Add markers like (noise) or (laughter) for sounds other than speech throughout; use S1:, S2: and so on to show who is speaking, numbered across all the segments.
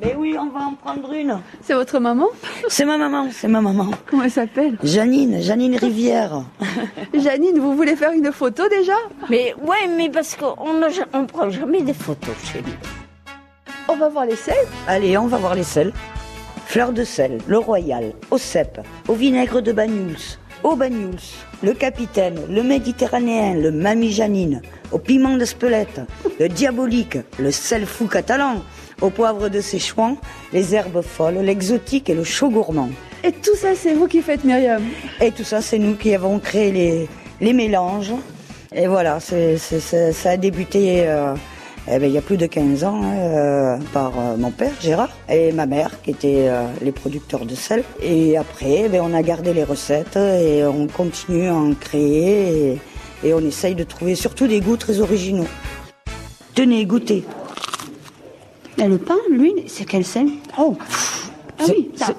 S1: Mais oui, on va en prendre une.
S2: C'est votre maman
S1: C'est ma maman, c'est ma maman.
S2: Comment elle s'appelle
S1: Janine, Janine Rivière.
S2: Janine, vous voulez faire une photo déjà
S3: Mais ouais, mais parce qu'on ne on prend jamais des photos chez lui.
S2: On va voir les selles.
S1: Allez, on va voir les sels. Fleur de sel, le royal, au cèpe, au vinaigre de Banyuls, au Banyuls, le capitaine, le méditerranéen, le mamie Janine, au piment de Spelette, le diabolique, le sel fou catalan, au poivre de Séchouan, les herbes folles, l'exotique et le chaud gourmand.
S2: Et tout ça, c'est vous qui faites, Myriam.
S1: Et tout ça, c'est nous qui avons créé les, les mélanges. Et voilà, c'est, c'est- c'est- ça a débuté euh, eh ben, il y a plus de 15 ans hein, euh, par euh, mon père, Gérard, et ma mère, qui étaient euh, les producteurs de sel. Et après, eh ben, on a gardé les recettes et on continue à en créer et, et on essaye de trouver surtout des goûts très originaux. Tenez, goûtez.
S2: Ben,
S4: Mais le pain, l'huile, c'est quel sel
S1: Oh,
S4: Ah
S1: C'est-
S4: oui, ça.
S1: c'est-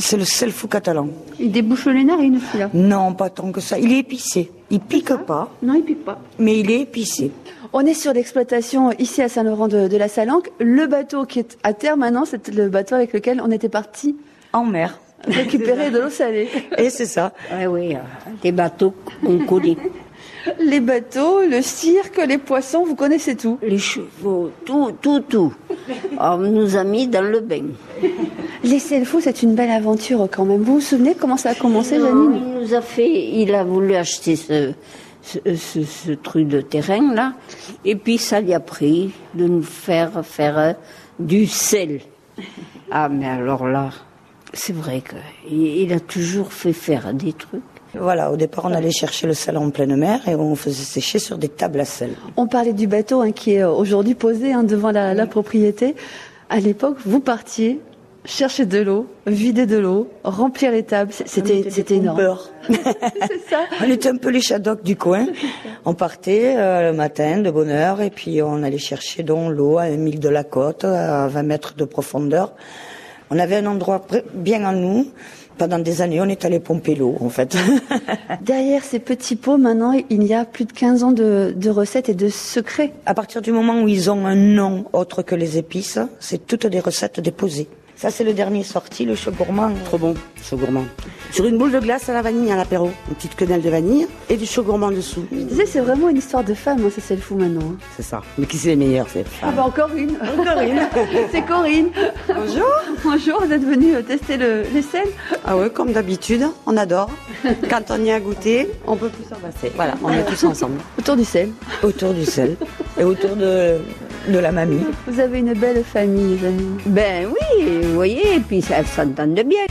S1: c'est le sel fou catalan.
S4: Il débouche les narines, celui-là.
S1: Non, pas tant que ça. Il est épicé. Il pique pas,
S4: Non, il pique pas.
S1: mais il est épicé.
S2: On est sur l'exploitation ici à Saint-Laurent de, de la Salanque. Le bateau qui est à terre maintenant, c'est le bateau avec lequel on était (laughs) parti
S1: En mer.
S2: récupérer de l'eau salée.
S1: Et c'est ça.
S3: Ouais, oui, euh, des bateaux qu'on connaît. (laughs)
S2: Les bateaux, le cirque, les poissons, vous connaissez tout.
S3: Les chevaux, tout, tout, tout. On nous a mis dans le bain.
S2: Les Selfos, c'est une belle aventure quand même. Vous vous souvenez comment ça a commencé,
S3: Non,
S2: Janine
S3: Il nous a fait, il a voulu acheter ce, ce, ce- ce truc de terrain là, et puis ça lui a pris de nous faire faire euh, du sel. (laughs) Ah mais alors là, c'est vrai qu'il il a toujours fait faire des trucs.
S1: Voilà, au départ, on allait chercher le sel en pleine mer et on faisait sécher sur des tables à sel.
S2: On parlait du bateau hein, qui est euh, aujourd'hui posé hein, devant la, la propriété. À l'époque, vous partiez chercher de l'eau, vider de l'eau, remplir les tables. C- C'était c'était énorme. (laughs)
S1: Beurre.
S2: C'est ça.
S1: On était un peu les chadocs du coin. On partait euh, le matin de bonne heure et puis on allait chercher dans l'eau à un mille de la côte, à 20 mètres de profondeur. On avait un endroit pr- bien à nous. Pendant des années, on est allé pomper l'eau, en fait. (laughs)
S2: Derrière ces petits pots, maintenant, il y a plus de 15 ans de, de recettes et de secrets.
S1: À partir du moment où ils ont un nom autre que les épices, c'est toutes des recettes déposées. Ça, c'est le dernier sorti, le chou gourmand.
S5: Trop bon, chaud gourmand. Sur une boule de glace à la vanille à l'apéro, une petite quenelle de vanille et du chaud gourmand dessous.
S2: Je disais, c'est vraiment une histoire de femme, hein, ça c'est le fou maintenant. hein.
S5: C'est ça. Mais qui c'est les meilleurs c'est
S2: Ah bah encore une (laughs) Encore une C'est Corinne Bonjour Bonjour, vous êtes venue euh, tester le, les selles
S5: Ah ouais, comme d'habitude, on adore. Quand on y a goûté, on peut plus s'en passer. Voilà, on est tous ensemble.
S2: Autour du sel.
S1: Autour du sel et autour de, de la mamie.
S2: Vous avez une belle famille, les amis.
S3: Ben oui, vous voyez, et puis ça s'entendait bien.